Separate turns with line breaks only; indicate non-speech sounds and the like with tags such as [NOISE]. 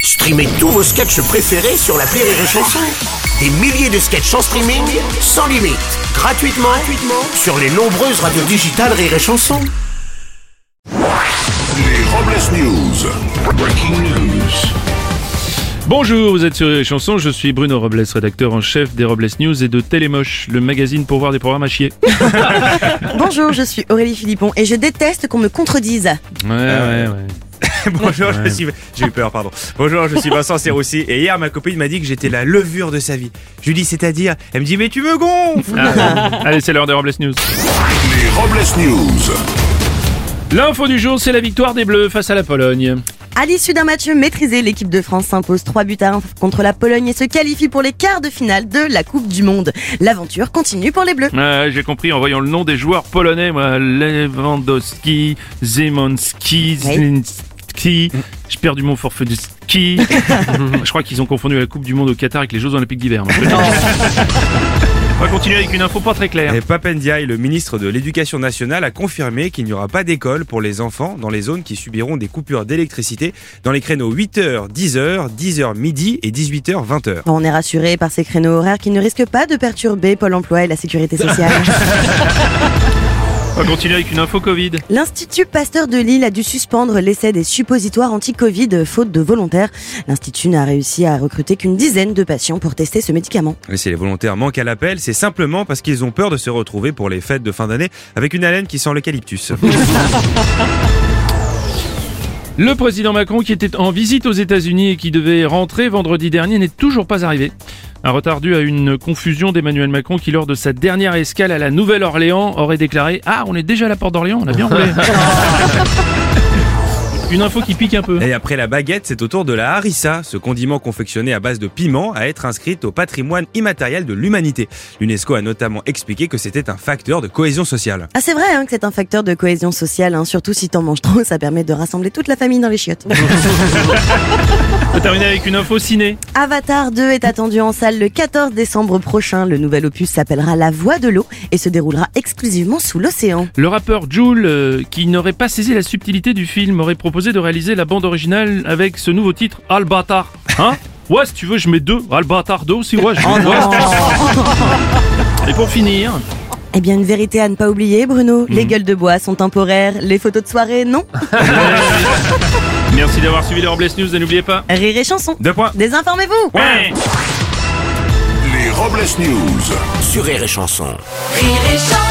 Streamez tous vos sketchs préférés sur la Rire et Chanson. Des milliers de sketchs en streaming, sans limite, gratuitement, gratuitement sur les nombreuses radios digitales Rire et Chanson.
Les Robles News. Breaking news.
Bonjour, vous êtes sur les chansons, je suis Bruno Robles, rédacteur en chef des Robles News et de Télémoche, le magazine pour voir des programmes à chier. Ouais,
Bonjour, je suis Aurélie Philippon et je déteste qu'on me contredise.
Ah ouais, ouais.
Bonjour, je suis. J'ai eu peur, pardon. Bonjour, je suis Vincent Serroussi. Et hier, ma copine m'a dit que j'étais la levure de sa vie. Je lui dis, c'est-à-dire Elle me dit, mais tu me gonfles
Ah, [LAUGHS] Allez, c'est l'heure des Robles News.
Les Robles News.
L'info du jour, c'est la victoire des Bleus face à la Pologne.
À l'issue d'un match maîtrisé, l'équipe de France s'impose 3 buts à 1 contre la Pologne et se qualifie pour les quarts de finale de la Coupe du Monde. L'aventure continue pour les Bleus.
Ouais, j'ai compris en voyant le nom des joueurs polonais, moi, Lewandowski, Zemanski,
Ouais.
Zelinski. J'ai perdu mon forfait de [LAUGHS] ski. Je crois qu'ils ont confondu la Coupe du Monde au Qatar avec les Jeux Olympiques d'hiver. moi. On va continuer avec une info pas très claire.
Et Papendiaï, le ministre de l'Éducation nationale, a confirmé qu'il n'y aura pas d'école pour les enfants dans les zones qui subiront des coupures d'électricité dans les créneaux 8h, 10h, 10h midi et 18h, 20h.
On est rassuré par ces créneaux horaires qui ne risquent pas de perturber Pôle emploi et la sécurité sociale.
On va continuer avec une info Covid.
L'Institut Pasteur de Lille a dû suspendre l'essai des suppositoires anti-Covid faute de volontaires. L'Institut n'a réussi à recruter qu'une dizaine de patients pour tester ce médicament.
Et si les volontaires manquent à l'appel, c'est simplement parce qu'ils ont peur de se retrouver pour les fêtes de fin d'année avec une haleine qui sent l'eucalyptus.
Le président Macron, qui était en visite aux États-Unis et qui devait rentrer vendredi dernier, n'est toujours pas arrivé. Un retard dû à une confusion d'Emmanuel Macron qui, lors de sa dernière escale à la Nouvelle-Orléans, aurait déclaré Ah, on est déjà à la porte d'Orléans, on a bien [LAUGHS] roulé. Une info qui pique un peu.
Et après la baguette, c'est au tour de la harissa, ce condiment confectionné à base de piment, à être inscrite au patrimoine immatériel de l'humanité. L'UNESCO a notamment expliqué que c'était un facteur de cohésion sociale.
Ah c'est vrai hein, que c'est un facteur de cohésion sociale, hein, surtout si t'en manges trop, ça permet de rassembler toute la famille dans les chiottes.
On va terminer avec une info ciné.
Avatar 2 est attendu en salle le 14 décembre prochain. Le nouvel opus s'appellera La Voix de l'eau et se déroulera exclusivement sous l'océan.
Le rappeur Jul, qui n'aurait pas saisi la subtilité du film, aurait proposé de réaliser la bande originale avec ce nouveau titre Al Batar. Hein Ouais, si tu veux, je mets deux. Al Batar 2 aussi, ouais, je mets ouais. Et pour finir,
Eh bien, une vérité à ne pas oublier, Bruno. Les gueules de bois sont temporaires, les photos de soirée, non.
merci d'avoir suivi les Robles News et n'oubliez pas.
Rire et chanson.
Deux points.
Désinformez-vous
Les Robles News.
Sur Rire et Chanson.
Rire et chanson